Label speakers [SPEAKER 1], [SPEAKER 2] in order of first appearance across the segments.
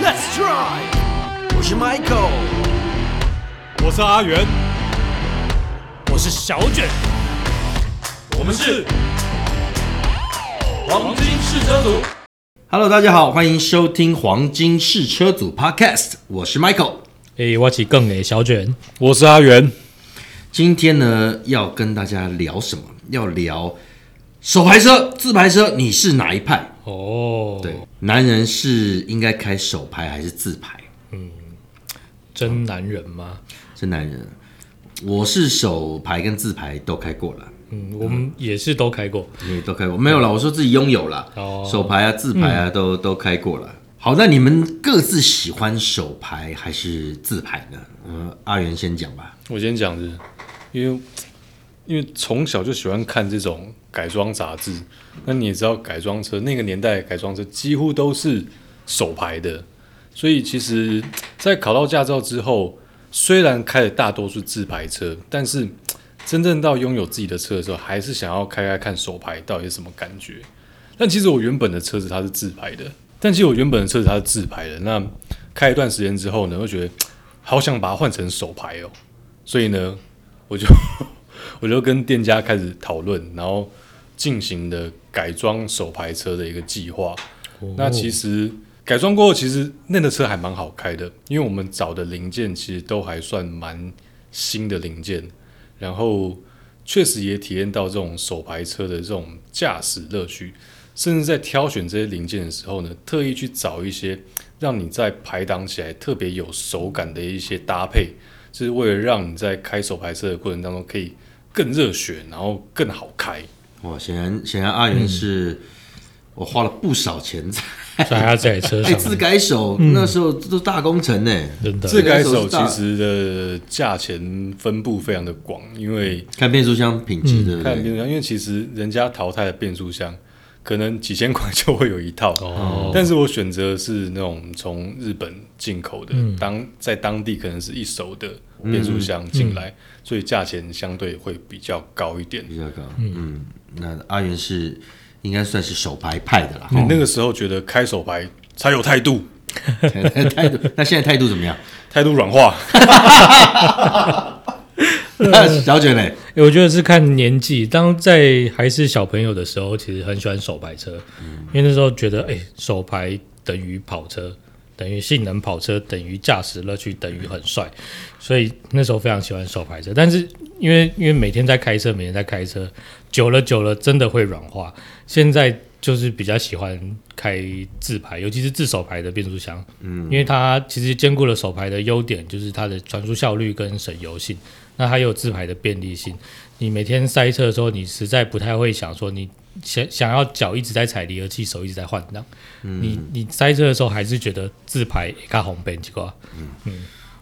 [SPEAKER 1] Let's try！我是 Michael，
[SPEAKER 2] 我是阿元，
[SPEAKER 1] 我是小卷，
[SPEAKER 2] 我们是黄金试车组。
[SPEAKER 3] Hello，大家好，欢迎收听黄金试车组 Podcast，我是 Michael。
[SPEAKER 4] 诶、我起更诶，小卷，
[SPEAKER 2] 我是阿元，
[SPEAKER 3] 今天呢，要跟大家聊什么？要聊手排车、自排车，你是哪一派？
[SPEAKER 4] 哦，
[SPEAKER 3] 对，，男人是应该开手排还是自排？
[SPEAKER 4] 真男人吗？
[SPEAKER 3] 是男人，我是手排跟自排都开过了，
[SPEAKER 4] 嗯，我们也是都开过，
[SPEAKER 3] 你都开过没有啦，我说自己拥有啦，
[SPEAKER 4] 哦
[SPEAKER 3] 手排啊、自排啊，
[SPEAKER 2] 嗯
[SPEAKER 3] 都都开过了。好，那你们各自喜欢手排还是自排呢？嗯，阿元先讲吧。
[SPEAKER 2] 我先讲是，因为因为从小就喜欢看这种改装杂志。那你也知道，改装车那个年代，改装车几乎都是手排的，所以其实，在考到驾照之后，虽然开的大多数自排车，但是真正到拥有自己的车的时候，还是想要开开看手排到底是什么感觉。但其实我原本的车子它是自排的，但其实我原本的车子它是自排的。那开一段时间之后呢，会觉得好想把它换成手排哦，所以呢，我就 我就跟店家开始讨论，然后进行了改装手排车的一个计划。那其实改装过后，其实那个车还蛮好开的，因为我们找的零件其实都还算蛮新的零件，然后确实也体验到这种手排车的这种驾驶乐趣，甚至在挑选这些零件的时候呢，特意去找一些让你在排档起来特别有手感的一些搭配，是为了让你在开手排车的过程当中可以更热血，然后更好开。
[SPEAKER 3] 哇，显然显然阿元是、我花了不少钱在
[SPEAKER 4] 在他这台车
[SPEAKER 3] 哎
[SPEAKER 4] 上，
[SPEAKER 3] 自改手，
[SPEAKER 2] 嗯
[SPEAKER 3] 那时候都大工程呢，
[SPEAKER 4] 真的
[SPEAKER 2] 自改手
[SPEAKER 3] 手是大
[SPEAKER 2] 其实的价钱分布非常的广，因为
[SPEAKER 3] 看变速箱品质对不
[SPEAKER 2] 嗯看
[SPEAKER 3] 对？
[SPEAKER 2] 变速箱，因为其实人家淘汰的变速箱可能几千块就会有一套，但是我选择是那种从日本进口的，当在当地可能是一手的
[SPEAKER 3] 嗯
[SPEAKER 2] 变速箱进来，所以价钱相对会比较高一点。
[SPEAKER 3] 比较高，嗯，那阿元是应该算是手牌派的啦，
[SPEAKER 2] 你那个时候觉得开手牌才有态度，
[SPEAKER 3] 态度。那现在态度怎么 样？
[SPEAKER 2] 态度软化，
[SPEAKER 3] 那小卷嘞，
[SPEAKER 4] 诶欸我觉得是看年纪。当在还是小朋友的时候，其实很喜欢手排车，因为那时候觉得，哎、手排等于跑车，等于性能跑车，等于驾驶乐趣，等于很帅，所以那时候非常喜欢手排车。但是因为因为每天在开车，每天在开车，久了久了真的会软化。现在就是比较喜欢开自排，尤其是自手排的变速箱，嗯，因为它其实兼顾了手排的优点，就是它的传输效率跟省油性。那还有自排的便利性。你每天塞车的时候，你实在不太会想说你想想要脚一直在踩离合器，手一直在换挡。
[SPEAKER 3] 嗯
[SPEAKER 4] 你你塞车的时候还是觉得自排卡红边奇怪。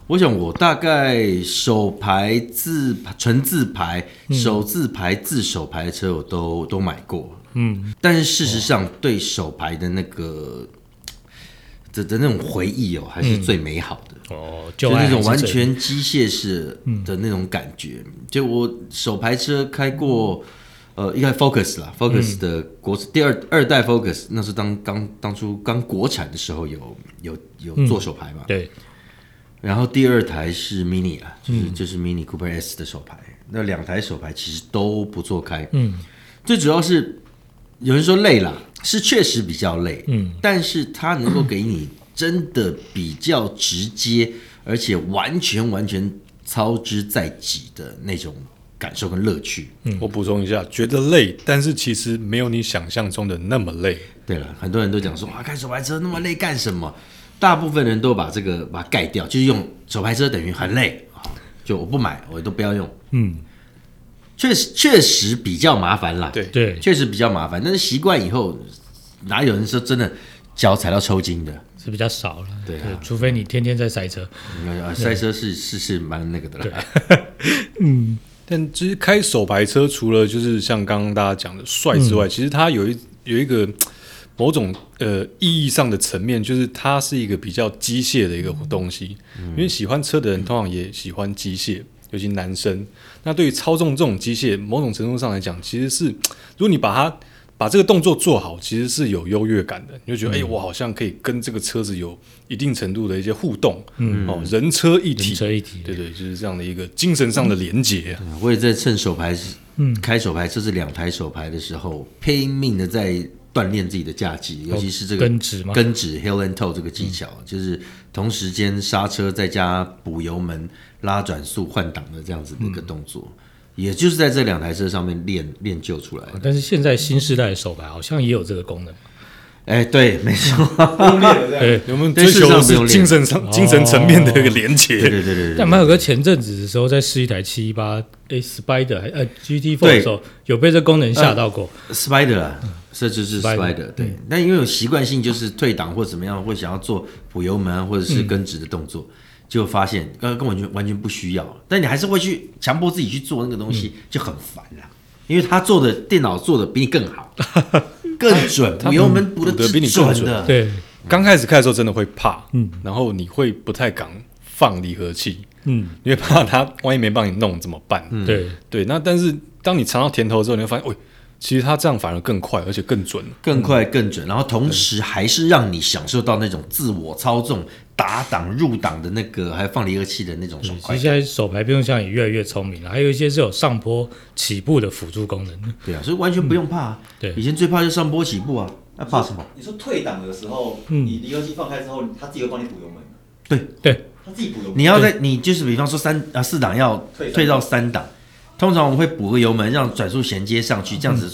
[SPEAKER 3] 我想我大概手牌自纯自牌、
[SPEAKER 4] 嗯
[SPEAKER 3] 手自牌自手牌的车我都都买过，嗯，但是事实上对手牌的那个的的那种回忆哦，还是最美好的。
[SPEAKER 4] 哦，
[SPEAKER 3] 就
[SPEAKER 4] 就爱
[SPEAKER 3] 那种
[SPEAKER 4] 还
[SPEAKER 3] 完
[SPEAKER 4] 是这样
[SPEAKER 3] 全机械式的那种感觉。就我手排车开过，呃，应该 Focus 啦，Focus
[SPEAKER 4] 嗯
[SPEAKER 3] 的国、第二二代 Focus，那是当刚当初刚国产的时候有有
[SPEAKER 4] 嗯
[SPEAKER 3] 有做手排嘛。
[SPEAKER 4] 对，
[SPEAKER 3] 然后第二台是 Mini 啊，就是、就是 Mini Cooper S 的手牌，那两台手牌其实都不错开。嗯，最主要是有人说累啦，是确实比较累。嗯，但是它能够给你真的比较直接，而且完全完全操之在己的那种感受跟乐趣。
[SPEAKER 2] 我补充一下，觉得累，但是其实没有你想象中的那么累。
[SPEAKER 3] 对了，很多人都讲说哇，开手排车那么累干什么？大部分人都把这个把它盖掉，就是用手排车等于很累啊，就我不买，我都不要用。嗯，确实确实比较麻烦啦，
[SPEAKER 2] 对
[SPEAKER 4] 对
[SPEAKER 3] 确实比较麻烦。但是习惯以后，哪有人说真的脚踩到抽筋的？
[SPEAKER 4] 是比较少了。
[SPEAKER 3] 对啊
[SPEAKER 4] 除非你天天在塞车。
[SPEAKER 3] 呃塞车是是是蛮那个的啦，
[SPEAKER 2] 但其实开手排车，除了就是像刚刚大家讲的帅之外，其实它有一有一个某种呃意义上的层面，就是它是一个比较机械的一个东西。因为喜欢车的人通常也喜欢机械，尤其男生。那对于操纵这种机械，某种程度上来讲，其实是如果你把它把这个动作做好，其实是有优越感的。你就觉得，哎、我好像可以跟这个车子有一定程度的一些互动，嗯，哦，人车一体，
[SPEAKER 4] 人车一体
[SPEAKER 2] 对对，就是这样的一个精神上的连结、啊。
[SPEAKER 3] 我也在趁手牌，开手牌，这是两台手牌的时候，拼命的在锻炼自己的架技，尤其是这个
[SPEAKER 4] 跟指吗
[SPEAKER 3] 跟指 hill and toe 这个技巧，就是同时间刹车再加补油门、拉转速、换挡的这样子的一个动作，也就是在这两台车上面练练就出来的。
[SPEAKER 4] 但是现在新时代的手牌好像也有这个功能，
[SPEAKER 3] 哎，对，没错，
[SPEAKER 4] 对。
[SPEAKER 2] 我们
[SPEAKER 3] 对
[SPEAKER 2] 追求
[SPEAKER 3] 事实上不用
[SPEAKER 2] 的是
[SPEAKER 3] 练哦
[SPEAKER 2] 精神上、精神层面的一个连
[SPEAKER 3] 对
[SPEAKER 2] 结。
[SPEAKER 3] 对对对对
[SPEAKER 4] 但马可哥前阵子的时候在试一台七一八哎 Spider 还呃 GT Four
[SPEAKER 3] 对
[SPEAKER 4] 的时候，有被这功能吓到过。
[SPEAKER 3] ，Spider 啊，这就是
[SPEAKER 4] Spider，
[SPEAKER 3] Spider，对。那因为有习惯性就是退档或怎么样，会想要做补油门啊或者是跟直的动作，就发现刚刚完全完全不需要，但你还是会去强迫自己去做那个东西，就很烦啦。因为他做的电脑做的比你更好，更准，补油门补
[SPEAKER 2] 补
[SPEAKER 3] 的
[SPEAKER 2] 得比你更
[SPEAKER 3] 准
[SPEAKER 2] 准
[SPEAKER 3] 的，
[SPEAKER 4] 对，
[SPEAKER 2] 刚开始开的时候真的会怕，嗯，然后你会不太敢放离合器，
[SPEAKER 4] 嗯，
[SPEAKER 2] 因为怕他万一没帮你弄怎么办？嗯，
[SPEAKER 4] 对，
[SPEAKER 2] 对。那但是当你尝到甜头之后，你会发现，喂、其实他这样反而更快，而且更准。
[SPEAKER 3] 更快更准，然后同时还是让你享受到那种自我操纵、打档入档的那个，还有放离合器的那种爽
[SPEAKER 4] 嗯其
[SPEAKER 3] 快
[SPEAKER 4] 实
[SPEAKER 3] 感。
[SPEAKER 4] 现在手牌变速箱也越来越聪明了，还有一些是有上坡起步的辅助功能。
[SPEAKER 3] 对啊，所以完全不用怕、啊
[SPEAKER 4] 对
[SPEAKER 3] 以前最怕就上坡起步啊，那怕什么？
[SPEAKER 5] 你说退档的时候，
[SPEAKER 3] 嗯
[SPEAKER 5] 你离合器放开之后，他自己会帮你补油门，
[SPEAKER 4] 对，
[SPEAKER 5] 他自己补油门。
[SPEAKER 3] 你要在你就是比方说三啊四档要
[SPEAKER 5] 退档
[SPEAKER 3] 退到三档，通常我们会补个油门，让转速衔接上去，这样子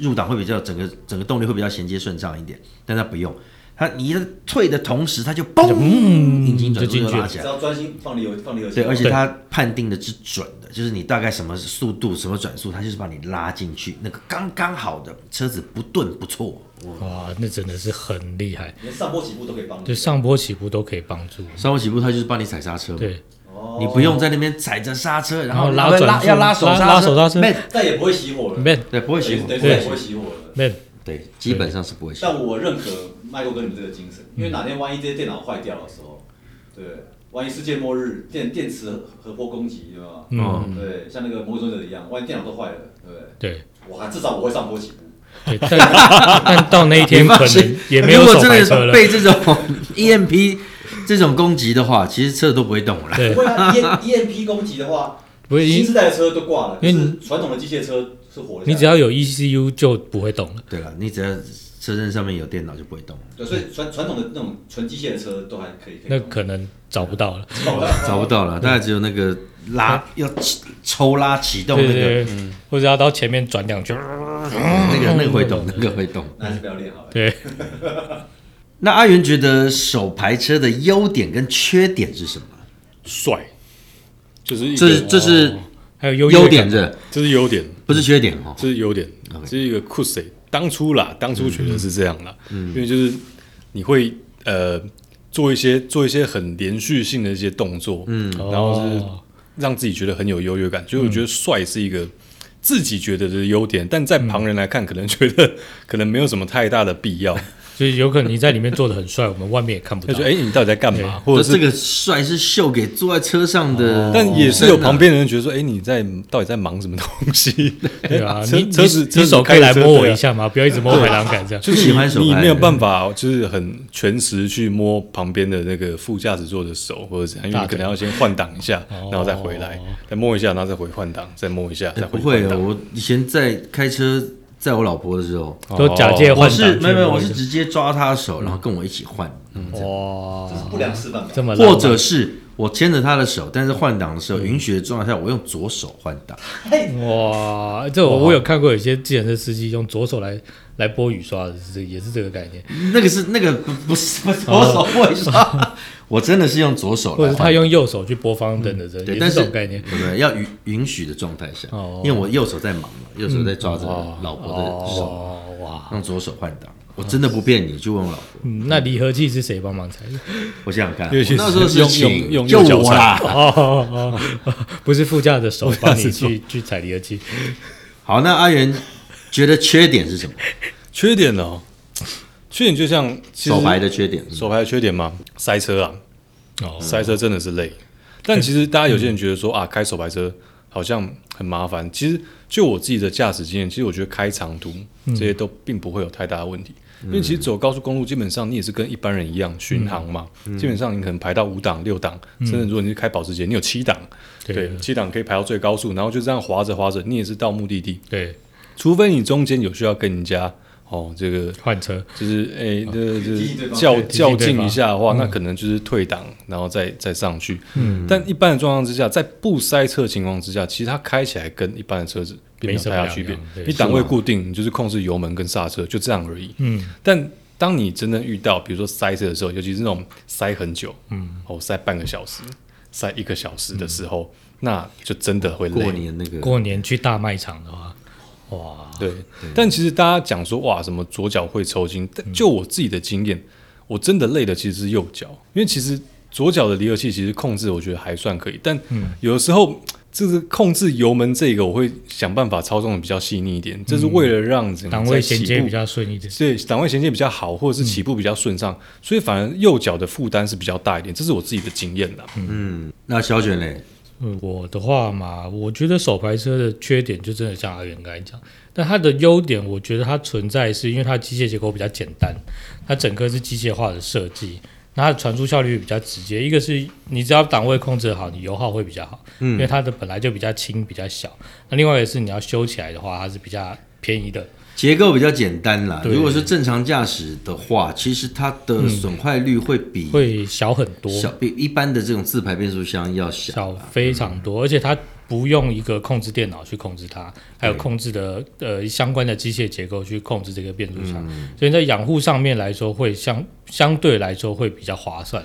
[SPEAKER 3] 入档会比较整个整个动力会比较衔接顺畅一点。但它不用，它你一退的同时，它就嘣，
[SPEAKER 4] 嗯
[SPEAKER 3] 引擎转速就拉起
[SPEAKER 5] 只
[SPEAKER 3] 来。
[SPEAKER 5] 要专心放离油，放离合器。
[SPEAKER 3] 对，而且
[SPEAKER 4] 对
[SPEAKER 3] 它判定的是准的，就是你大概什么速度、什么转速，它就是把你拉进去，那个刚刚好的车子不顿不错。
[SPEAKER 4] 哇，那真的是很厉害，
[SPEAKER 5] 连上坡起步都可以帮
[SPEAKER 4] 就
[SPEAKER 5] 你。
[SPEAKER 4] 上坡起步都可以帮助。
[SPEAKER 3] 稍微起步，它就是帮你踩刹车嘛。
[SPEAKER 4] 对，
[SPEAKER 3] 你不用在那边踩着刹车，然后
[SPEAKER 4] 哦然后拉转
[SPEAKER 3] 拉
[SPEAKER 4] 速
[SPEAKER 3] 要拉手
[SPEAKER 4] 拉
[SPEAKER 3] 刹车，
[SPEAKER 4] 拉手刹车
[SPEAKER 3] Man，
[SPEAKER 5] 再也不会熄火了。
[SPEAKER 4] man
[SPEAKER 3] 对，不会熄火，
[SPEAKER 5] 对，
[SPEAKER 3] 不会
[SPEAKER 5] 再也
[SPEAKER 3] 熄火
[SPEAKER 5] 不会熄火了。
[SPEAKER 4] man，
[SPEAKER 3] 对，基本上是不会熄火。
[SPEAKER 5] 但我认可麦克哥你们这个精神，因为哪天万一这些电脑坏掉的时候，对，万一世界末日，电电池核波攻击，对吧？
[SPEAKER 3] 嗯，
[SPEAKER 5] 对，像那个魔术者一样，万一电脑都坏了，对不对？
[SPEAKER 4] 对。
[SPEAKER 5] 我还至少我会上坡起步。
[SPEAKER 4] 对，但 但到那一天
[SPEAKER 3] 你
[SPEAKER 4] 可
[SPEAKER 3] 放
[SPEAKER 4] 能
[SPEAKER 3] 心
[SPEAKER 4] 也没有
[SPEAKER 3] 如
[SPEAKER 4] 手
[SPEAKER 3] 果真
[SPEAKER 4] 牌车
[SPEAKER 3] 的
[SPEAKER 4] 了。
[SPEAKER 3] 被这种 EMP 这种攻击的话，其实车都不会动了。
[SPEAKER 4] 对
[SPEAKER 5] 不，会啊，E M P 攻击的话，
[SPEAKER 4] 不是
[SPEAKER 5] 新
[SPEAKER 4] 因
[SPEAKER 5] 时代的车都挂了，就
[SPEAKER 4] 因为
[SPEAKER 5] 是传统的机械车是活的。
[SPEAKER 4] 你只要有 ECU 就不会动了。
[SPEAKER 3] 对了，你只要车身上面有电脑就不会动了，
[SPEAKER 5] 对，所以传传统的那种纯机械的车都还可以。可以
[SPEAKER 4] 那
[SPEAKER 5] 动
[SPEAKER 4] 可能找不到了。
[SPEAKER 5] 懂了
[SPEAKER 3] 找不到了，大概只有那个拉要起抽拉启动
[SPEAKER 4] 对
[SPEAKER 3] 那
[SPEAKER 4] 对
[SPEAKER 3] 个
[SPEAKER 4] 对，嗯或者要到前面转两圈。
[SPEAKER 3] 那个那个会动，那个会动。
[SPEAKER 5] 那还是不要练好了。
[SPEAKER 4] 对，
[SPEAKER 3] 那阿元觉得手排车的优点跟缺点是什么？
[SPEAKER 2] 帅，就是一个
[SPEAKER 3] 这是这是
[SPEAKER 4] 还
[SPEAKER 5] 哦
[SPEAKER 4] 有优越
[SPEAKER 3] 优
[SPEAKER 4] 感
[SPEAKER 3] 点，这
[SPEAKER 2] 这是优点，
[SPEAKER 3] 不是缺点哦。
[SPEAKER 2] 这是优点，这是一个酷谁？当初啦，当初觉得是这样啦，
[SPEAKER 4] 嗯
[SPEAKER 2] 因为就是你会呃做一些做一些很连续性的一些动作，嗯，然后是
[SPEAKER 4] 哦
[SPEAKER 2] 让自己觉得很有优越感，所以我觉得帅是一个。自己觉得的优点，但在旁人来看，可能觉得 可能没有什么太大的必要。
[SPEAKER 4] 就是有可能你在里面做的很帅，我们外面也看不
[SPEAKER 2] 他
[SPEAKER 4] 到
[SPEAKER 2] 说：“。哎、你到底在干嘛？”或者
[SPEAKER 3] 这
[SPEAKER 2] 是，
[SPEAKER 3] 个帅是秀给坐在车上的，
[SPEAKER 2] 但也是有
[SPEAKER 4] 啊
[SPEAKER 2] 旁。边的人觉得说：“哎、你在到底在忙什么东西？”
[SPEAKER 4] 对啊，
[SPEAKER 2] 哎车
[SPEAKER 4] 你
[SPEAKER 2] 车子
[SPEAKER 4] 你
[SPEAKER 2] 车
[SPEAKER 4] 你
[SPEAKER 2] 子
[SPEAKER 4] 手可以
[SPEAKER 2] 开
[SPEAKER 4] 来
[SPEAKER 2] 着车
[SPEAKER 4] 摸我
[SPEAKER 2] 对啊
[SPEAKER 4] 一下吗？不要一直摸回栏杆这样。
[SPEAKER 2] 就是
[SPEAKER 3] 喜欢手
[SPEAKER 2] 你你
[SPEAKER 3] 拍
[SPEAKER 2] 没有办法，就是很全时去摸旁边的那个副驾驶座的手或者怎样，因为
[SPEAKER 4] 大
[SPEAKER 2] 你可
[SPEAKER 4] 腿
[SPEAKER 2] 能要先换挡一下，
[SPEAKER 3] 哦
[SPEAKER 2] 然后再回来，再摸一下，然后再回换挡，再摸一下，再
[SPEAKER 3] 不
[SPEAKER 2] 回
[SPEAKER 3] 会
[SPEAKER 2] 换
[SPEAKER 3] 哦，
[SPEAKER 2] 挡。
[SPEAKER 3] 我以前在开车载我老婆的时候，
[SPEAKER 4] 都假借
[SPEAKER 3] 哦我
[SPEAKER 4] 换
[SPEAKER 3] 是
[SPEAKER 4] 挡，
[SPEAKER 3] 没有没有，我是直接抓她的手，然后跟我一起换，
[SPEAKER 5] 这
[SPEAKER 4] 哇，
[SPEAKER 5] 是不良示范吧？
[SPEAKER 4] 这么浪漫
[SPEAKER 3] 或者是我牵着她的手，但是换挡的时候允许的状态下，我用左手换挡。
[SPEAKER 4] 哇，这我我有看过，有些计程车司机用左手来来拨雨刷的，是这也是这个概念，
[SPEAKER 3] 那个是那个不不是不是左手会刷，我真的是用左手来
[SPEAKER 4] 或者
[SPEAKER 3] 换
[SPEAKER 4] 是他用右手去拨方向灯的，这
[SPEAKER 3] 嗯对，
[SPEAKER 4] 也
[SPEAKER 3] 但
[SPEAKER 4] 是
[SPEAKER 3] 是
[SPEAKER 4] 这种概念。
[SPEAKER 3] 对不对？要允允许的状态下
[SPEAKER 4] 哦，
[SPEAKER 3] 因为我右手在忙嘛，右手在抓着老婆的手，
[SPEAKER 4] 哦哇，
[SPEAKER 3] 用左手换挡。我真的不骗你，去问我老婆。
[SPEAKER 4] 嗯，那离合器是谁帮忙踩的？
[SPEAKER 3] 我想想看，
[SPEAKER 2] 尤
[SPEAKER 3] 我
[SPEAKER 2] 其是
[SPEAKER 3] 那时候是
[SPEAKER 2] 用
[SPEAKER 3] 请
[SPEAKER 2] 用用
[SPEAKER 3] 就
[SPEAKER 2] 右脚
[SPEAKER 3] 我啦。
[SPEAKER 4] 哦哦哦， 不是副驾 的手帮你去去踩离合器，
[SPEAKER 3] 好，那阿元觉得缺点是什么？
[SPEAKER 2] 缺点哦，缺点就像其实
[SPEAKER 3] 手牌的缺点是吗
[SPEAKER 2] 嗯手牌的缺点嘛，塞车啊，
[SPEAKER 4] 哦
[SPEAKER 2] 塞车真的是累。但其实大家有些人觉得说啊，开手牌车好像很麻烦，其实就我自己的驾驶经验，其实我觉得开长途
[SPEAKER 4] 嗯
[SPEAKER 2] 这些都并不会有太大的问题，因为其实走高速公路基本上你也是跟一般人一样巡航嘛，
[SPEAKER 4] 嗯
[SPEAKER 2] 基本上你可能排到五档、六档，甚至如果你是开保时捷，你有七档，
[SPEAKER 4] 对
[SPEAKER 2] 对，七档可以排到最高速，然后就这样滑着滑着，你也是到目的地，
[SPEAKER 4] 对，
[SPEAKER 2] 除非你中间有需要跟人家哦这个
[SPEAKER 4] 换车，
[SPEAKER 2] 就是哎诶，这这
[SPEAKER 5] 激进对方
[SPEAKER 2] 较
[SPEAKER 5] 对
[SPEAKER 4] 激进
[SPEAKER 2] 较
[SPEAKER 4] 对
[SPEAKER 2] 劲
[SPEAKER 4] 方
[SPEAKER 2] 一下的话，那可能就是退档，然后再再上去。嗯，但一般的状况之下，在不塞车的情况之下，其实它开起来跟一般的车子
[SPEAKER 4] 没
[SPEAKER 2] 并没有
[SPEAKER 4] 什么
[SPEAKER 2] 太大
[SPEAKER 4] 两
[SPEAKER 2] 区别
[SPEAKER 4] 样。对
[SPEAKER 2] 你档位固定，你就是控制油门跟刹车，就这样而已。
[SPEAKER 4] 嗯，
[SPEAKER 2] 但当你真正遇到比如说塞车的时候，尤其是那种塞很久，嗯，哦，塞半个小时、塞一个小时的时候，那就真的会累
[SPEAKER 3] 过。年那个
[SPEAKER 4] 过年去大卖场的话，哇，
[SPEAKER 2] 对，但其实大家讲说哇，什么左脚会抽筋，
[SPEAKER 4] 嗯
[SPEAKER 2] 但就我自己的经验，我真的累的其实是右脚，因为其实左脚的离合器其实控制我觉得还算可以，但
[SPEAKER 4] 嗯
[SPEAKER 2] 有的时候就是控制油门这个，我会想办法操纵的比较细腻一点，这是为了让
[SPEAKER 3] 嗯
[SPEAKER 2] 整
[SPEAKER 4] 嗯
[SPEAKER 2] 个
[SPEAKER 4] 档
[SPEAKER 2] 在
[SPEAKER 4] 位
[SPEAKER 2] 起
[SPEAKER 4] 衔接
[SPEAKER 2] 步
[SPEAKER 4] 比较嗯顺一点。
[SPEAKER 2] 对档位衔接比较好，或者是起步比较顺畅，所以反而右脚的负担是比较大一点，这是我自己的经验啦。
[SPEAKER 3] 嗯，那小卷嘞，
[SPEAKER 4] 嗯，我的话嘛，我觉得手排车的缺点就真的像阿元刚才讲，但它的优点，我觉得它存在是因为它的机械结构比较简单，它整个是机械化的设计，那它的传输效率比较直接。一个是你只要档位控制好，你油耗会比较好，因为它的本来就比较轻比较小。那另外也是你要修起来的话，它是比较便宜的，
[SPEAKER 3] 结构比较简单啦。
[SPEAKER 4] 对
[SPEAKER 3] 如果是正常驾驶的话，其实它
[SPEAKER 2] 嗯
[SPEAKER 3] 的损坏率会比
[SPEAKER 4] 会小很多，
[SPEAKER 3] 小比一般的这种自排变速箱要小。
[SPEAKER 4] 小非常多，而且它不用一个控制电脑去控制它，还有控制的呃相关的机械结构去控制这个变速箱，所以在养护上面来说会相相对来说会比较划算，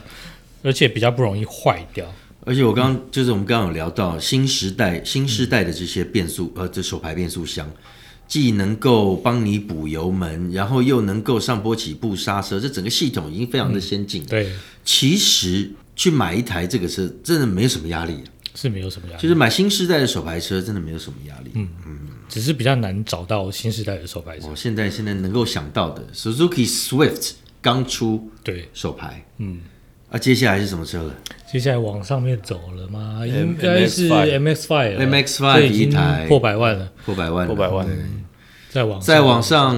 [SPEAKER 4] 而且比较不容易坏掉。
[SPEAKER 3] 而且我刚刚就是我们刚刚有聊到新时代新时代的这些变速呃这手排变速箱，既能够帮你补油门，然后又能够上坡起步、刹车，这整个系统已经非
[SPEAKER 2] 嗯
[SPEAKER 3] 常的先进。
[SPEAKER 4] 对，
[SPEAKER 3] 其实去买一台这个车真的没有什么压力，
[SPEAKER 4] 是没有什么压
[SPEAKER 3] 就
[SPEAKER 4] 力，
[SPEAKER 3] 是买新时代的手排车真的没有什么压力。嗯，
[SPEAKER 4] 只是比较难找到新时代的手排车
[SPEAKER 3] 我。现在现在能够想到的 Suzuki Swift 刚出
[SPEAKER 4] 对，
[SPEAKER 3] 手排，嗯，啊，接下来是什么车了
[SPEAKER 4] 接下来往上面走了吗？
[SPEAKER 2] M-
[SPEAKER 4] 应该是
[SPEAKER 2] MX-5
[SPEAKER 4] MX Five
[SPEAKER 3] MX-5
[SPEAKER 4] 已经
[SPEAKER 3] 第一台
[SPEAKER 4] 破百万了，
[SPEAKER 3] 破百万，
[SPEAKER 2] 破百万，
[SPEAKER 4] 再往
[SPEAKER 3] 再
[SPEAKER 4] 上
[SPEAKER 3] 往上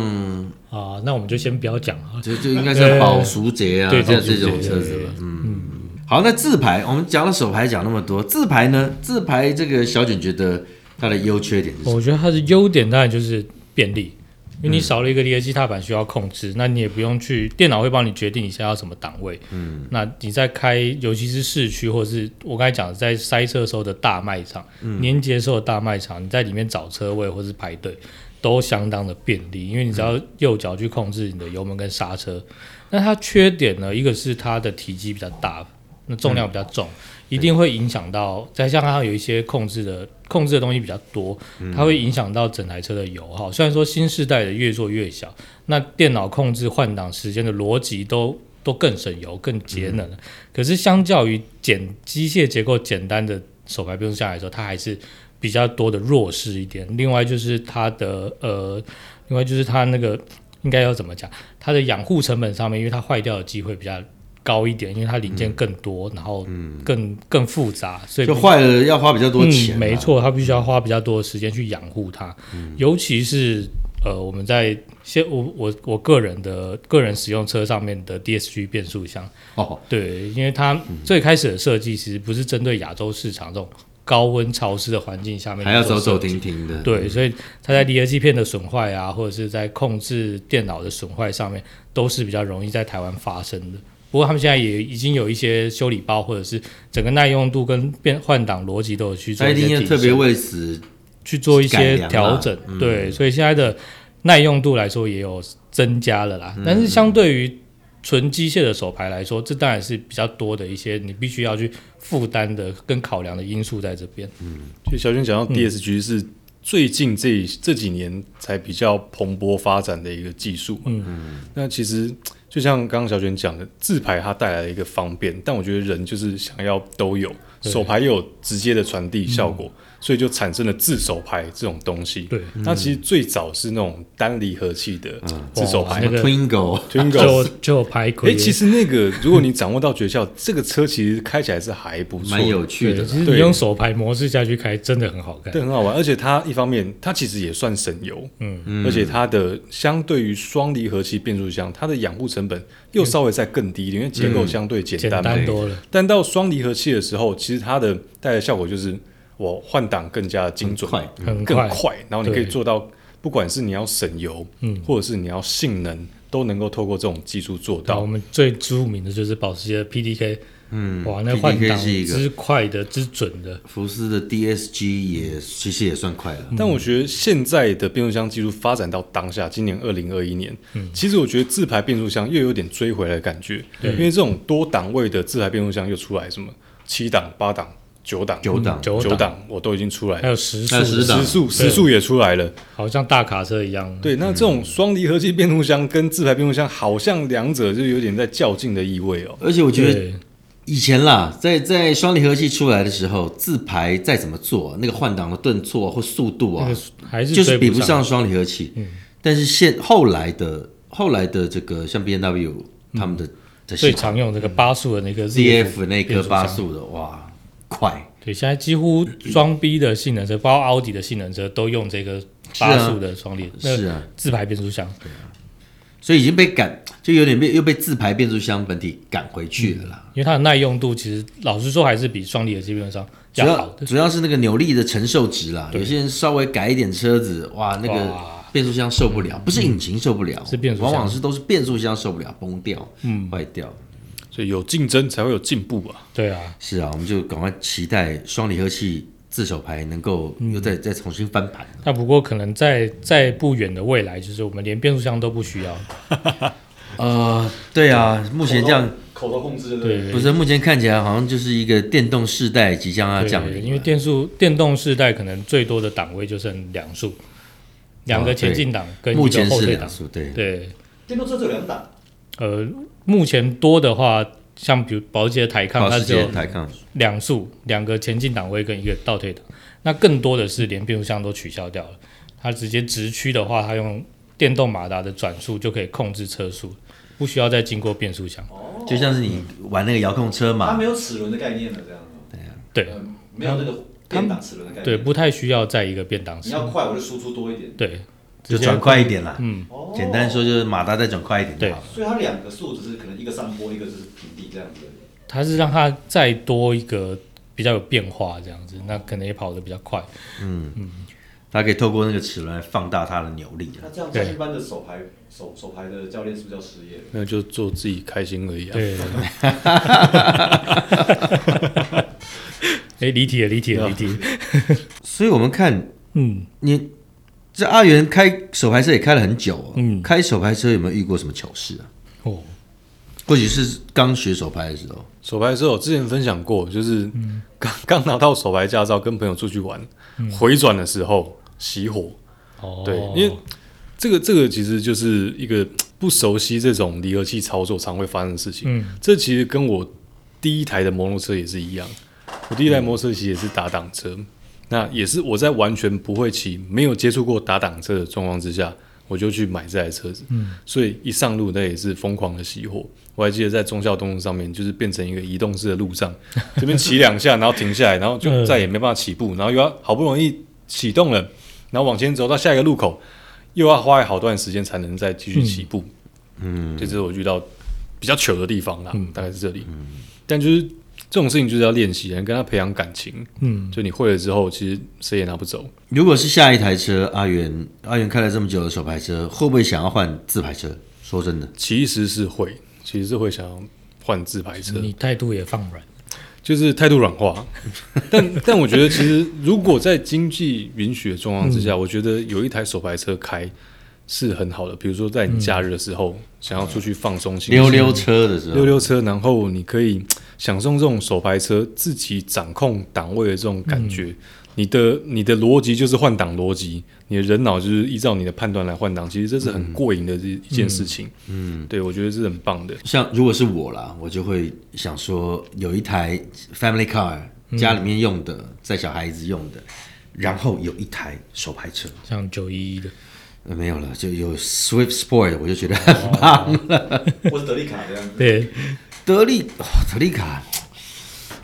[SPEAKER 4] 啊，那我们就先不要讲了。
[SPEAKER 3] 就就应该是保时捷啊，
[SPEAKER 4] 对
[SPEAKER 3] 这
[SPEAKER 4] 对
[SPEAKER 3] 这种
[SPEAKER 4] 对
[SPEAKER 3] 车子
[SPEAKER 4] 对
[SPEAKER 3] 了。嗯，好，那自排我们讲了手排，讲那么多，自排呢？自排这个小卷觉得它的优缺点是什么？
[SPEAKER 4] 我觉得它的优点当然就是便利，因为你少了一个离合器踏板需要控制，那你也不用去电脑会帮你决定一下要什么档位。嗯，那你在开，尤其是市区或是我刚才讲的在塞车的时候的大卖场、年节的时候的大卖场，你在里面找车位或是排队都相当的便利，因为你只要右脚去控制你的油门跟刹车。那它缺点呢，一个是它的体积比较大，那重量比较重，一定会影响到。再加上它有一些控制的控制的东西比较多，它会影响到整台车的油耗。虽然说新世代的越做越小，那电脑控制换挡时间的逻辑都都更省油、更节能了。可是相较于简机械结构简单的手排变速箱来说，它还是比较多的弱势一点。另外就是它的呃，另外就是它那个应该要怎么讲，它的养护成本上面，因为它坏掉的机会比较。高一点，因为它零件更多，然后更更复杂，所以
[SPEAKER 3] 就坏了要花比较多钱、啊嗯
[SPEAKER 4] 嗯。没，错，他必须要花比较多的时间去养护它，尤其是呃，我们在现我我我个人的个人使用车上面的 DSG 变速箱，
[SPEAKER 3] 哦，
[SPEAKER 4] 对，因为它最开始的设计其实不是针对亚洲市场这种高温潮湿的环境下面
[SPEAKER 3] 还要
[SPEAKER 4] 去做
[SPEAKER 3] 走
[SPEAKER 4] 设
[SPEAKER 3] 走停
[SPEAKER 4] 计
[SPEAKER 3] 停的。，
[SPEAKER 4] 对，所以它在离合器片的损坏啊，或者是在控制电脑的损坏上面，都是比较容易在台湾发生的。不过他们现在也已经有一些修理包，或者是整个耐用度跟变换挡逻辑都有去做
[SPEAKER 3] 他一
[SPEAKER 4] 一些
[SPEAKER 3] 定要
[SPEAKER 4] 提
[SPEAKER 3] 特别
[SPEAKER 4] 升
[SPEAKER 3] 为此
[SPEAKER 4] 去啊做一
[SPEAKER 3] 改
[SPEAKER 4] 些
[SPEAKER 3] 良啦
[SPEAKER 4] 调整，对，所以现在的耐用度来说也有增加了啦。但是相对于纯机械的手牌来说，这当然是比较多的一些你必须要去负担的跟考量的因素在这边。
[SPEAKER 2] 其实小军讲
[SPEAKER 4] 嗯
[SPEAKER 2] 到 DSG 是最近这这几年才比较蓬勃发展的一个技术嘛。嗯，那其实就像刚刚小卷讲的，自排它带来了一个
[SPEAKER 4] 嗯
[SPEAKER 2] 方便，但我觉得人就是想要都有，手牌也有直接的传递效果。所以就产生了自手排这种东西。
[SPEAKER 4] 对，
[SPEAKER 3] 嗯
[SPEAKER 2] 那其实最早是那种单离合器的自手
[SPEAKER 4] 哇
[SPEAKER 2] 排
[SPEAKER 4] 那个
[SPEAKER 3] Twingo，
[SPEAKER 4] 就
[SPEAKER 2] Twingo。
[SPEAKER 4] 就排
[SPEAKER 2] 哎、
[SPEAKER 4] 亏。
[SPEAKER 2] 其实那个如果你掌握到诀窍，这个车其实开起来是还不错的，
[SPEAKER 3] 蛮有趣的
[SPEAKER 4] 对，
[SPEAKER 3] 啦。
[SPEAKER 4] 其实你
[SPEAKER 2] 对
[SPEAKER 4] 用手排模式下去开，真的很好看。
[SPEAKER 2] 对，很好玩。而且它一方面，它其实也算省油，嗯，而且它的相对于双离合器变速箱，它的养护成本又稍微再更低一点，因为结构相对简
[SPEAKER 4] 嗯简
[SPEAKER 2] 单嘛。
[SPEAKER 4] 单多了，
[SPEAKER 2] 但到双离合器的时候，其实它的带来的效果就是我换挡更加精准、
[SPEAKER 3] 很快
[SPEAKER 4] 很
[SPEAKER 2] 更
[SPEAKER 4] 快
[SPEAKER 2] 快，然后你可以
[SPEAKER 4] 对
[SPEAKER 2] 做到，不管是你要省油，嗯，或者是你要性能，都能够透过这种技术做
[SPEAKER 4] 然后
[SPEAKER 2] 到
[SPEAKER 4] 啊我。们最著名的就是保时捷的 PDK，嗯，哇，那
[SPEAKER 3] PDK
[SPEAKER 4] 换挡
[SPEAKER 3] 是一个
[SPEAKER 4] 之快的、之准的，
[SPEAKER 3] 福斯的 DSG 也其实也算快
[SPEAKER 4] 嗯
[SPEAKER 3] 了，
[SPEAKER 2] 但我觉得现在的变速箱技术发展到当下，今年二零二一年，其实我觉得自排变速箱又有点追回来的感觉，因为这种多档位的自排变速箱又出来什么七档、八档、九档、嗯
[SPEAKER 3] 九档
[SPEAKER 4] 九档
[SPEAKER 2] 九档，我都已经出来
[SPEAKER 4] 还
[SPEAKER 2] 了，
[SPEAKER 4] 有时速
[SPEAKER 3] 还有时
[SPEAKER 4] 的，
[SPEAKER 3] 档
[SPEAKER 2] 时速
[SPEAKER 4] 对
[SPEAKER 2] 时速也出来了。
[SPEAKER 4] 好像大卡车一样。
[SPEAKER 2] 对，那这种双离合器变速箱跟自排变速箱，好像两者就有点在较劲的意味哦。
[SPEAKER 3] 而且我觉得
[SPEAKER 4] 对，
[SPEAKER 3] 以前啦，在在双离合器出来的时候，自排再怎么做，那个换挡的顿挫啊或速度啊
[SPEAKER 4] 那，个还是
[SPEAKER 3] 就是比
[SPEAKER 4] 追
[SPEAKER 3] 不
[SPEAKER 4] 不啊嗯
[SPEAKER 3] 上。双离合器。但是现后来的后来的这个像 B N W
[SPEAKER 4] 嗯
[SPEAKER 3] 他们的的
[SPEAKER 4] 最
[SPEAKER 3] 系
[SPEAKER 4] 常用那个八速的那个
[SPEAKER 3] Z F 那颗
[SPEAKER 4] 变速箱
[SPEAKER 3] 八速的，哇，快！
[SPEAKER 4] 对，现在几乎双 B 的性能车，包括奥迪的性能车，都用这个八
[SPEAKER 3] 是啊
[SPEAKER 4] 速的双离、
[SPEAKER 3] 是啊，
[SPEAKER 4] 自排变速箱。
[SPEAKER 3] 所以已经被赶，就有点被又被自排变速箱本体赶回去了啦。
[SPEAKER 4] 因为它的耐用度其实老实说还是比双离合器变速箱
[SPEAKER 3] 主
[SPEAKER 4] 要
[SPEAKER 3] 要
[SPEAKER 4] 好的。
[SPEAKER 3] 主要是那个扭力的承受值啦，有些人稍微改一点车子，哇，那个
[SPEAKER 4] 哇嗯
[SPEAKER 3] 变速箱受不了，不是引擎受不了，
[SPEAKER 4] 是变速箱
[SPEAKER 3] 往往是都是变速箱受不了，崩掉，嗯，坏掉。
[SPEAKER 2] 所以有竞争才会有进步啊。
[SPEAKER 4] 对啊，
[SPEAKER 3] 是啊，我们就赶快期待双离合器自手牌能够又
[SPEAKER 4] 嗯
[SPEAKER 3] 再、再重新翻盘。
[SPEAKER 4] 那不过可能在在不远的未来，就是我们连变速箱都不需要。
[SPEAKER 3] 呃，对啊，目前这
[SPEAKER 4] 哦
[SPEAKER 3] 样
[SPEAKER 5] 口头控制的，
[SPEAKER 4] 对，
[SPEAKER 3] 不是目前看起来好像就是一个电动世代即将要
[SPEAKER 4] 对
[SPEAKER 3] 降临了，
[SPEAKER 4] 因为电速电动世代可能最多的档位就剩两速，两个前进档跟
[SPEAKER 3] 啊目
[SPEAKER 4] 一
[SPEAKER 3] 前
[SPEAKER 4] 个后
[SPEAKER 3] 是
[SPEAKER 4] 退
[SPEAKER 3] 两
[SPEAKER 4] 档。
[SPEAKER 3] 速，对，
[SPEAKER 4] 对，
[SPEAKER 5] 电动车只有两档，
[SPEAKER 4] 呃，目前多的话，像比如保时捷的台
[SPEAKER 3] 保
[SPEAKER 4] 抗，它
[SPEAKER 3] 时
[SPEAKER 4] 只
[SPEAKER 3] 捷
[SPEAKER 4] 有
[SPEAKER 3] 台抗，
[SPEAKER 4] 两速，两个前进档位跟一个倒退档。那更多的是连变速箱都取消掉了，它直接直驱的话，它用电动马达的转速就可以控制车速，不需要再经过变速箱。
[SPEAKER 3] 就像是你玩那个遥控车
[SPEAKER 5] 它
[SPEAKER 3] 嘛
[SPEAKER 4] 哦
[SPEAKER 5] 没，有齿轮的概念了，这样子，
[SPEAKER 4] 对
[SPEAKER 5] 呃，没有那个变档齿轮的概念，
[SPEAKER 4] 对，，不太需要在一个变档
[SPEAKER 5] 你
[SPEAKER 4] 时。
[SPEAKER 5] 要快我就输出多一点，
[SPEAKER 4] 对，
[SPEAKER 3] 就
[SPEAKER 4] 直接
[SPEAKER 3] 转快一点啦。嗯，
[SPEAKER 5] 哦
[SPEAKER 3] 简单说就是马达再转快一点就
[SPEAKER 4] 对
[SPEAKER 3] 好了。
[SPEAKER 5] 所以它两个数只是可能一个上坡，一个就是平地这样子而已。
[SPEAKER 4] 它是让它再多一个比较有变化这样子，那可能也跑得比较快。
[SPEAKER 3] 它可以透过那个齿轮来放大它的扭力啊。
[SPEAKER 5] 那这样
[SPEAKER 4] 对
[SPEAKER 5] 一般的手牌手手牌的教练是不是要失业了？
[SPEAKER 2] 那就做自己开心而已啊。
[SPEAKER 4] 对。哎，离题了，离题了，离题
[SPEAKER 3] 啊
[SPEAKER 4] 了。
[SPEAKER 3] 所以我们看
[SPEAKER 4] 嗯，
[SPEAKER 3] 你这阿元开手牌车也开了很久、哦，
[SPEAKER 4] 嗯
[SPEAKER 3] 开手牌车有没有遇过什么糗事啊？
[SPEAKER 4] 哦，
[SPEAKER 3] 或许是刚学手牌的时候，
[SPEAKER 2] 手牌的时候，我之前分享过，就是
[SPEAKER 4] 嗯
[SPEAKER 2] 刚 刚拿到手牌驾照，跟朋友出去玩，回转的时候熄火，
[SPEAKER 4] 哦，
[SPEAKER 2] 对，因为这个这个其实就是一个不熟悉这种离合器操作常会发生的事情。
[SPEAKER 4] 嗯
[SPEAKER 2] 这其实跟我第一台的摩托车也是一样，我第一台摩托车其实也是打挡车，那也是我在完全不会骑、没有接触过打挡车的状况之下，我就去买这台车子。嗯，所以一上路那也是疯狂的熄火。我还记得在忠孝东路上面，就是变成一个移动式的路障，这边骑两下，然后停下来，然后就再也没办法起步，然后又要好不容易启动了，然后往前走到下一个路口，又要花好段时间才能再继续起步。嗯，这是我遇到比较糗的地方啦，大概是这里。但就是这种事情就是要练习，跟他培养感情。
[SPEAKER 4] 嗯，
[SPEAKER 2] 就你会了之后，其实谁也拿不走。
[SPEAKER 3] 如果是下一台车，阿元阿元开了这么久的手牌车，会不会想要换自牌车？说真的，
[SPEAKER 2] 其实是会，其实是会想要换自排车，
[SPEAKER 4] 你态度也放软。
[SPEAKER 2] 就是态度软化。但但我觉得，其实如果在经济允许的状况之下，我觉得有一台手排车开是很好的。比如说在你假日的时候，想要出去放松心情，
[SPEAKER 3] 溜溜车的时候，
[SPEAKER 2] 溜溜车，然后你可以享受这种手排车自己掌控档位的这种感觉。你的你的逻辑就是换挡逻辑，你的人脑就是依照你的判断来换挡，其实这是很过瘾的一一件事情。嗯，对，我觉得是很棒的。
[SPEAKER 3] 像如果是我啦，我就会想说有一台 family car，家里面用的，在小孩子用的，然后有一台手排车，
[SPEAKER 4] 像九一一的，
[SPEAKER 3] 呃没有了，就有 Swift Sport，我就觉得很棒了。
[SPEAKER 5] 或是德利卡这样子。
[SPEAKER 4] 对，
[SPEAKER 3] 德利、哦德利卡，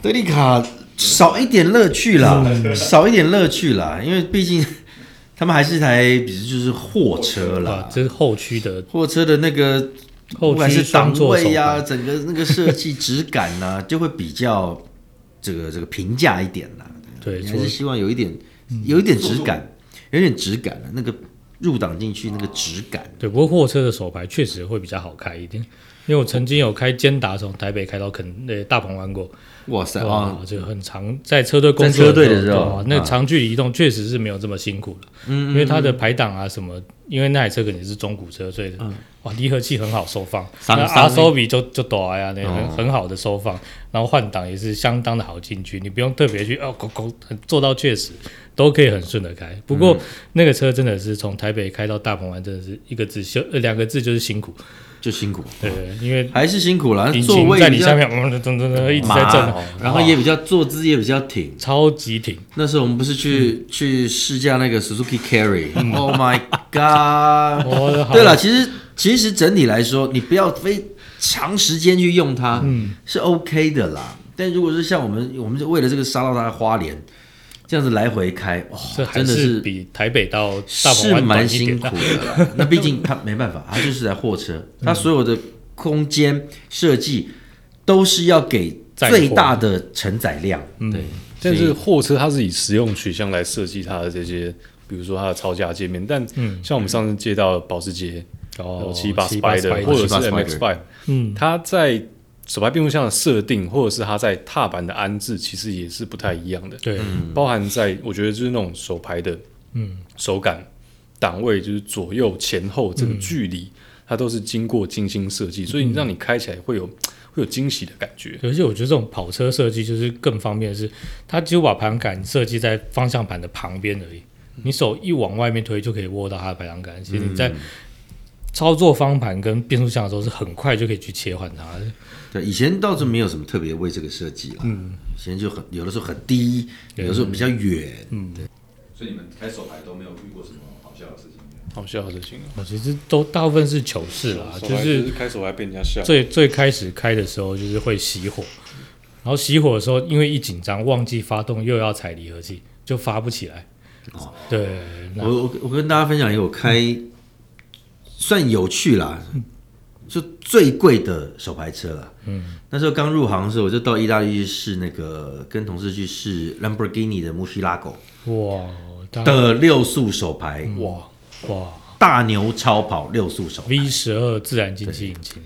[SPEAKER 3] 德利卡少一点乐趣啦，
[SPEAKER 4] 嗯
[SPEAKER 3] 少一点乐趣啦，因为毕竟他们还是台，比如就是货车
[SPEAKER 4] 哇
[SPEAKER 3] 啦，，
[SPEAKER 4] 啊这是后驱的
[SPEAKER 3] 货车的那个
[SPEAKER 4] 后
[SPEAKER 3] 不管
[SPEAKER 4] 驱
[SPEAKER 3] 是
[SPEAKER 4] 双
[SPEAKER 3] 档
[SPEAKER 4] 座手
[SPEAKER 3] 位啊呀、
[SPEAKER 4] 排，
[SPEAKER 3] 整个那个设计质感呐、 就会比较这个这个平价一点啦、
[SPEAKER 4] 对，
[SPEAKER 3] 你
[SPEAKER 4] 除
[SPEAKER 3] 还
[SPEAKER 4] 了
[SPEAKER 3] 是希望有一点
[SPEAKER 4] 嗯
[SPEAKER 3] 有一点质感，有点质感啊，那个入档进去那个质感，
[SPEAKER 4] 对，不过货车的手牌确实会比较好开一点，因为我曾经有开坚达从台北开到垦呃大鹏湾过，
[SPEAKER 3] 哇塞
[SPEAKER 4] 哇
[SPEAKER 3] 啊，，
[SPEAKER 4] 就很长，在车队工作
[SPEAKER 3] 在车队的时候
[SPEAKER 4] 对啊那
[SPEAKER 3] 啊
[SPEAKER 4] 长距离移动确实是没有这么辛苦了，嗯，因为它的排档啊什么，因为那台车肯定是中古车，所以
[SPEAKER 3] 嗯
[SPEAKER 4] 哇离合器很好收放，那
[SPEAKER 3] 桑
[SPEAKER 4] 阿
[SPEAKER 3] 桑
[SPEAKER 4] 收比就就短呀，那很
[SPEAKER 3] 哦
[SPEAKER 4] 很好的收放，然后换挡也是相当的好进去，你不用特别去哦，狗狗很做到确实都可以很顺的开。不
[SPEAKER 3] 嗯
[SPEAKER 4] 过那个车真的是从台北开到大鹏湾，真的是一个字修呃两个字就是辛苦，
[SPEAKER 3] 就辛苦，
[SPEAKER 4] 对，因为
[SPEAKER 3] 还是辛苦了，
[SPEAKER 4] 引
[SPEAKER 3] 哦座
[SPEAKER 4] 擎
[SPEAKER 3] 位
[SPEAKER 4] 在
[SPEAKER 3] 比
[SPEAKER 4] 你
[SPEAKER 3] 较
[SPEAKER 4] 下面，嗯，噔噔噔一直在
[SPEAKER 3] 麻哦
[SPEAKER 4] 震，
[SPEAKER 3] 然后也比较坐姿也比较挺。
[SPEAKER 4] 超级 挺。
[SPEAKER 3] 那时候我们不是去、去试驾那个 Suzuki Carry，Oh、my god！
[SPEAKER 4] 嗯我哦好
[SPEAKER 3] 对了，其实其实整体来说，你不要非长时间去用它，
[SPEAKER 4] 嗯
[SPEAKER 3] 是 OK 的啦。但如果是像我们，我们就为了这个杀到它的花莲，这样子来回开，哇、
[SPEAKER 4] 这还
[SPEAKER 3] 真的
[SPEAKER 4] 是
[SPEAKER 3] 是
[SPEAKER 4] 比台北到大鹏
[SPEAKER 3] 是
[SPEAKER 4] 湾短
[SPEAKER 3] 蛮
[SPEAKER 4] 一
[SPEAKER 3] 辛
[SPEAKER 4] 点
[SPEAKER 3] 苦
[SPEAKER 4] 的。
[SPEAKER 3] 的啦。那毕竟它没办法，它就是台货车，
[SPEAKER 4] 嗯
[SPEAKER 3] 它所有的空间设计都是要给
[SPEAKER 4] 载
[SPEAKER 3] 最
[SPEAKER 4] 货
[SPEAKER 3] 大的承载量。
[SPEAKER 4] 嗯
[SPEAKER 3] 对，
[SPEAKER 2] 但
[SPEAKER 3] 所
[SPEAKER 2] 是
[SPEAKER 3] 以
[SPEAKER 2] 货车它是以实用取向来设计它的这些，比如说它的超价界面。但像我们上次借到的保时捷
[SPEAKER 4] 哦
[SPEAKER 2] 有七八
[SPEAKER 4] 七
[SPEAKER 2] Spy
[SPEAKER 4] 八
[SPEAKER 2] 的，
[SPEAKER 4] Spider
[SPEAKER 2] 或者
[SPEAKER 3] 七
[SPEAKER 2] 是
[SPEAKER 3] 八
[SPEAKER 2] MX
[SPEAKER 3] Spider
[SPEAKER 2] Five，
[SPEAKER 4] 嗯
[SPEAKER 2] 它在手排变速箱的设定，或者是它在踏板的安置，其实也是不太一样的。
[SPEAKER 4] 对，
[SPEAKER 3] 嗯
[SPEAKER 2] 包含在我觉得就是那种手排的，嗯，手感、档位，就是左右前后这个距离，它都是经过精心设计，所以让你开起来会有会有惊喜的感觉。
[SPEAKER 4] 而且我觉得这种跑车设计就是更方便的是，它几乎把盘杆设计在方向盘的旁边而已，你手一往外面推就可以握到它的排挡杆。其实你
[SPEAKER 3] 嗯
[SPEAKER 4] 在操作方盘跟变速箱的时候是很快就可以去切换它的。
[SPEAKER 3] 对，以前倒是没有什么特别为这个设计啦。嗯，以前就很有的时候很低，有的时候比较远。嗯，
[SPEAKER 5] 所以你们开手牌都没有遇过什么好笑的事情。
[SPEAKER 2] 好笑的行
[SPEAKER 4] 我其实都大部分是糗事啦，
[SPEAKER 2] 啊
[SPEAKER 4] 就是
[SPEAKER 2] 开手排被人家笑
[SPEAKER 4] 最最开始开的时候就是会熄火，然后熄火的时候，因为一紧张忘记发动，又要踩离合器，就发不起来。
[SPEAKER 3] 哦
[SPEAKER 4] 对，那
[SPEAKER 3] 我我我跟大家分享一个我开
[SPEAKER 4] 嗯
[SPEAKER 3] 算有趣啦，就最贵的手排车啦。嗯，那时候刚入行的时候，我就到意大利去试那个，跟同事去试 Lamborghini 的 Murcielago
[SPEAKER 4] 哇，大
[SPEAKER 3] 的六速手排，
[SPEAKER 2] 哇，
[SPEAKER 4] 哇
[SPEAKER 3] 大牛超跑六速手排。
[SPEAKER 4] V 十二自然进气引擎，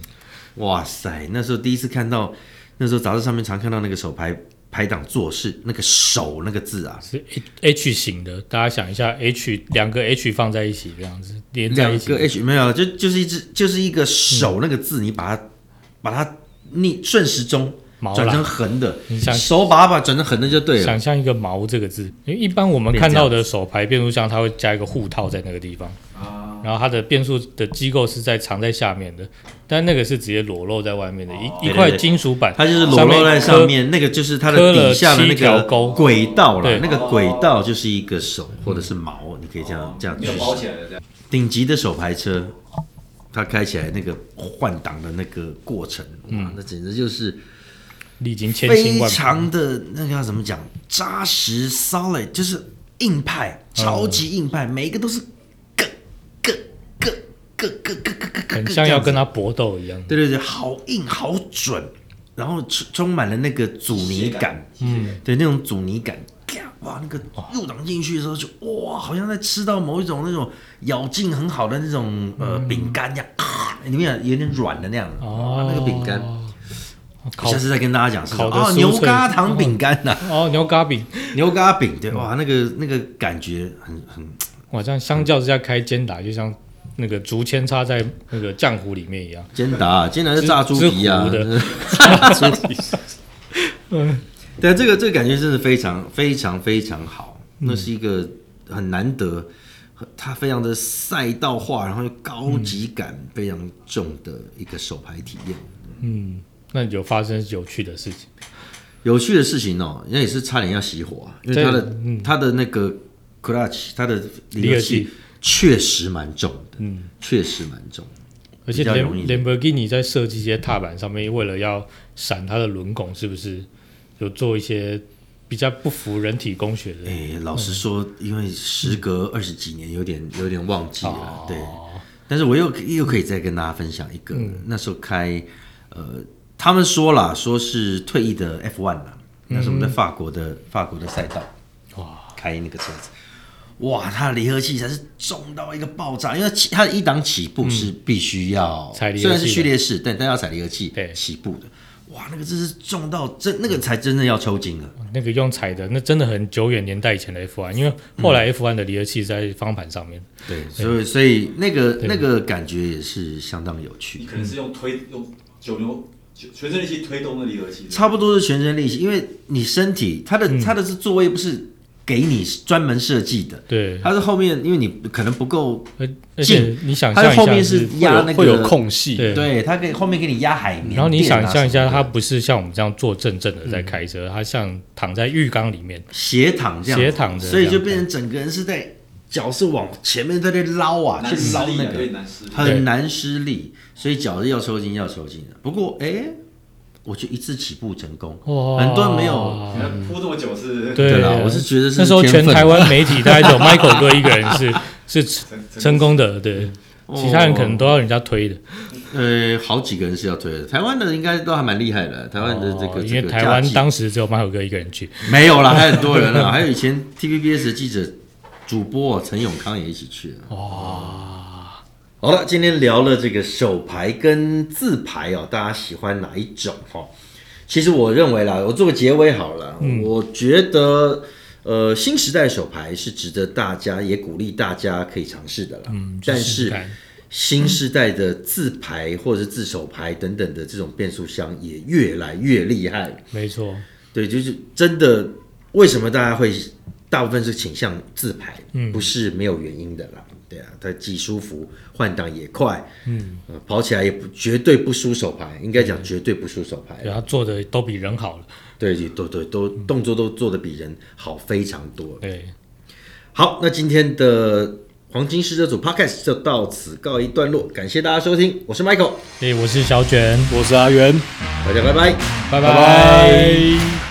[SPEAKER 3] 哇塞，那时候第一次看到，那时候杂志上面常看到那个手排排档做事那个手那个字啊，
[SPEAKER 4] 是 H H 型的，大家想一下，H 两个 H 放在一起这样子连在
[SPEAKER 3] 两
[SPEAKER 4] 一起
[SPEAKER 3] 个，H 没有了，就就是一只就是一个手那个字，你把它把它逆顺时钟
[SPEAKER 4] 毛啦
[SPEAKER 3] 转成横的
[SPEAKER 4] 你，想
[SPEAKER 3] 手把它把它转成横的就对了
[SPEAKER 4] 想。象一个“毛”这个字，因为一般我们看到的手排变速箱，它会加一个护套在那个地方，然后它的变速的机构是在藏在下面的，但那个是直接裸露在外面的，一
[SPEAKER 3] 对
[SPEAKER 4] 一
[SPEAKER 3] 对
[SPEAKER 4] 块
[SPEAKER 3] 对
[SPEAKER 4] 金属板，
[SPEAKER 3] 它就是裸露在
[SPEAKER 4] 刻
[SPEAKER 3] 上，面，那个就是它的底下的那
[SPEAKER 4] 刻了七条
[SPEAKER 3] 个
[SPEAKER 4] 沟
[SPEAKER 3] 轨道
[SPEAKER 4] 对
[SPEAKER 3] 了，那个轨道就是一个手或者是毛，你可以这样啊这样
[SPEAKER 5] 没
[SPEAKER 3] 去
[SPEAKER 5] 有包起来的这样。
[SPEAKER 3] 顶级的手排车，它开起来那个换挡的那个过程，哇，那简直就是
[SPEAKER 4] 历经嗯千辛
[SPEAKER 3] 非
[SPEAKER 4] 万苦，
[SPEAKER 3] 常的那个要怎么讲，扎实 solid，就是硬派，
[SPEAKER 4] 嗯
[SPEAKER 3] 超级硬派，每一个都是咯咯咯咯咯咯咯咯咯，
[SPEAKER 4] 很像要跟
[SPEAKER 3] 他，
[SPEAKER 4] 它搏斗一样。
[SPEAKER 3] 对对对，好硬好准，然后充充满了那个阻尼感，嗯，对那种阻尼感。啪哇，那个入档进去的时候就哇，好像在吃到某一种那种咬劲很好的那种呃饼干一样，咔里面有点软的那样，哇啊那个饼干，
[SPEAKER 4] 烤
[SPEAKER 3] 下次再跟大家讲是什么
[SPEAKER 4] 烤得
[SPEAKER 3] 哦，
[SPEAKER 4] 酥
[SPEAKER 3] 牛
[SPEAKER 4] 脆
[SPEAKER 3] 轧糖饼干呐、
[SPEAKER 4] 哦，牛轧饼，
[SPEAKER 3] 牛轧饼，对，哇，那个那个感觉很很，
[SPEAKER 4] 哇，这样相较之下开尖打就像那个竹签插在那个浆糊里面一样，
[SPEAKER 3] 煎达、啊，煎达是炸猪皮啊
[SPEAKER 4] 是，糊
[SPEAKER 3] 对，啊这个这个感觉真的非常非常非常好，那是一个很难得，很它非常的赛道化，然后又高级感非常重的一个手牌体验。
[SPEAKER 4] 那有发生有趣的事情，
[SPEAKER 3] 有趣的事情哦，那也是差点要熄火啊，因为它的它的那个 clutch，它的离合
[SPEAKER 4] 离合
[SPEAKER 3] 器确实蛮重的，嗯，确实蛮重的。
[SPEAKER 4] 而且
[SPEAKER 3] 比较容易
[SPEAKER 4] 连连 Lamborghini 在设计一些踏板上面，为了要闪它的轮拱，是不是有做一些比较不符人体工学的？
[SPEAKER 3] 哎，老实说，因为时隔
[SPEAKER 4] 嗯
[SPEAKER 3] 二十几年，有点有点忘记
[SPEAKER 4] 哦
[SPEAKER 3] 了，对。但是我又又可以再跟大家分享一个，
[SPEAKER 4] 嗯
[SPEAKER 3] 那时候开，呃，他们说啦，说是退役的 F1 啦，那是我们在
[SPEAKER 4] 嗯
[SPEAKER 3] 法国的法国的赛道，哇，开那个车子，哇，它的离合器才是重到一个爆炸，因为它起它的一档起步是必须要，
[SPEAKER 4] 嗯踩离合器
[SPEAKER 3] 虽
[SPEAKER 4] 的
[SPEAKER 3] 然是序列式，但但要踩离合器
[SPEAKER 4] 对
[SPEAKER 3] 起步的，哇，那个真是重到真那个才真的要抽筋了，
[SPEAKER 4] 那个用踩的，那真的很久远年代以前的 F1，因为
[SPEAKER 3] 嗯
[SPEAKER 4] 后来 F1 的离合器是在方向盘上面，
[SPEAKER 3] 对，所以所以那个那个感觉也是相当有
[SPEAKER 5] 你
[SPEAKER 3] 趣，
[SPEAKER 5] 可能是用推用九牛九全身力气推动那离合器的，
[SPEAKER 3] 差不多是全身力气，因为你身体它的、
[SPEAKER 4] 嗯
[SPEAKER 3] 它的是座位不是给你专门设计的，
[SPEAKER 4] 对，
[SPEAKER 3] 它是后面因为你可能不够，
[SPEAKER 4] 而而且你想象
[SPEAKER 3] 它
[SPEAKER 4] 一
[SPEAKER 3] 后面
[SPEAKER 4] 下
[SPEAKER 3] 是
[SPEAKER 4] 是，
[SPEAKER 3] 压那
[SPEAKER 2] 会有
[SPEAKER 3] 个
[SPEAKER 2] 空隙，
[SPEAKER 4] 对
[SPEAKER 3] 对，它给后面给你压海绵、啊
[SPEAKER 4] 然后你想象一下，它
[SPEAKER 3] 它
[SPEAKER 4] 不是像我们这样坐正正的在开车，它像躺在浴缸里面，
[SPEAKER 3] 斜躺这样，
[SPEAKER 4] 斜躺着
[SPEAKER 3] 所以
[SPEAKER 4] 这
[SPEAKER 3] 就
[SPEAKER 4] 样
[SPEAKER 3] 变成整个人是在脚是往前面在那捞啊，
[SPEAKER 5] 难
[SPEAKER 3] 去
[SPEAKER 5] 施
[SPEAKER 3] 捞
[SPEAKER 5] 力
[SPEAKER 3] 那
[SPEAKER 5] 啊，有点
[SPEAKER 3] 个，
[SPEAKER 5] 难施力。
[SPEAKER 4] 对
[SPEAKER 3] 很难施力，所以脚是要抽筋要抽筋的。不过哎、我就一次起步成功，
[SPEAKER 4] 哇，
[SPEAKER 3] 嗯很多人没有。
[SPEAKER 5] 你看铺这么久是
[SPEAKER 4] 对
[SPEAKER 3] 啦，我是觉得是
[SPEAKER 4] 那时候
[SPEAKER 3] 天
[SPEAKER 4] 全
[SPEAKER 3] 分
[SPEAKER 4] 台湾媒体大概只有 Michael 哥一个人是是
[SPEAKER 5] 成成
[SPEAKER 4] 成功的，对，其他人可能都要人家推的，
[SPEAKER 3] 呃，好几个人是要推的，台湾的应该都还蛮厉害的，台湾的这个、
[SPEAKER 4] 哦因
[SPEAKER 3] 这
[SPEAKER 4] 为
[SPEAKER 3] 个
[SPEAKER 4] 台
[SPEAKER 3] 价
[SPEAKER 4] 湾
[SPEAKER 3] 值
[SPEAKER 4] 当时只有 Michael 哥一个人去，
[SPEAKER 3] 没有啦，还有很多人啊，还有 以前 TVBS 的记者主播哦陈永康也一起去了。哇，好了，今天聊了这个手牌跟字牌哦，大家喜欢哪一种哦？其实我认为啦，我做个结尾好了，
[SPEAKER 4] 嗯
[SPEAKER 3] 我觉得。呃，新时代手牌是值得大家也鼓励大家可以尝试的啦。嗯但
[SPEAKER 4] 试试
[SPEAKER 3] 是
[SPEAKER 4] 看
[SPEAKER 3] 新时代的字牌或者是字手牌等等的这种变速箱也越来越厉害了
[SPEAKER 4] 没错，
[SPEAKER 3] 对，就是真的，为什么大家会大部分是倾向自排，不是没有原因的啦。对啊，它既舒服，换挡也快，嗯、跑起来也不绝对不输手牌，应该讲绝对不输手牌
[SPEAKER 4] 对。他做的都比人好了，
[SPEAKER 3] 对，也都对，都动作都做得比人好非常多。
[SPEAKER 4] 对，
[SPEAKER 3] 好，那今天的黄金试车组 Podcast 就到此告一段落，感谢大家收听，我是
[SPEAKER 4] 哎
[SPEAKER 3] Michael，
[SPEAKER 4] 所以我是小卷，
[SPEAKER 2] 我是阿元，
[SPEAKER 3] 大家拜拜。
[SPEAKER 4] 拜
[SPEAKER 2] 拜拜
[SPEAKER 4] 拜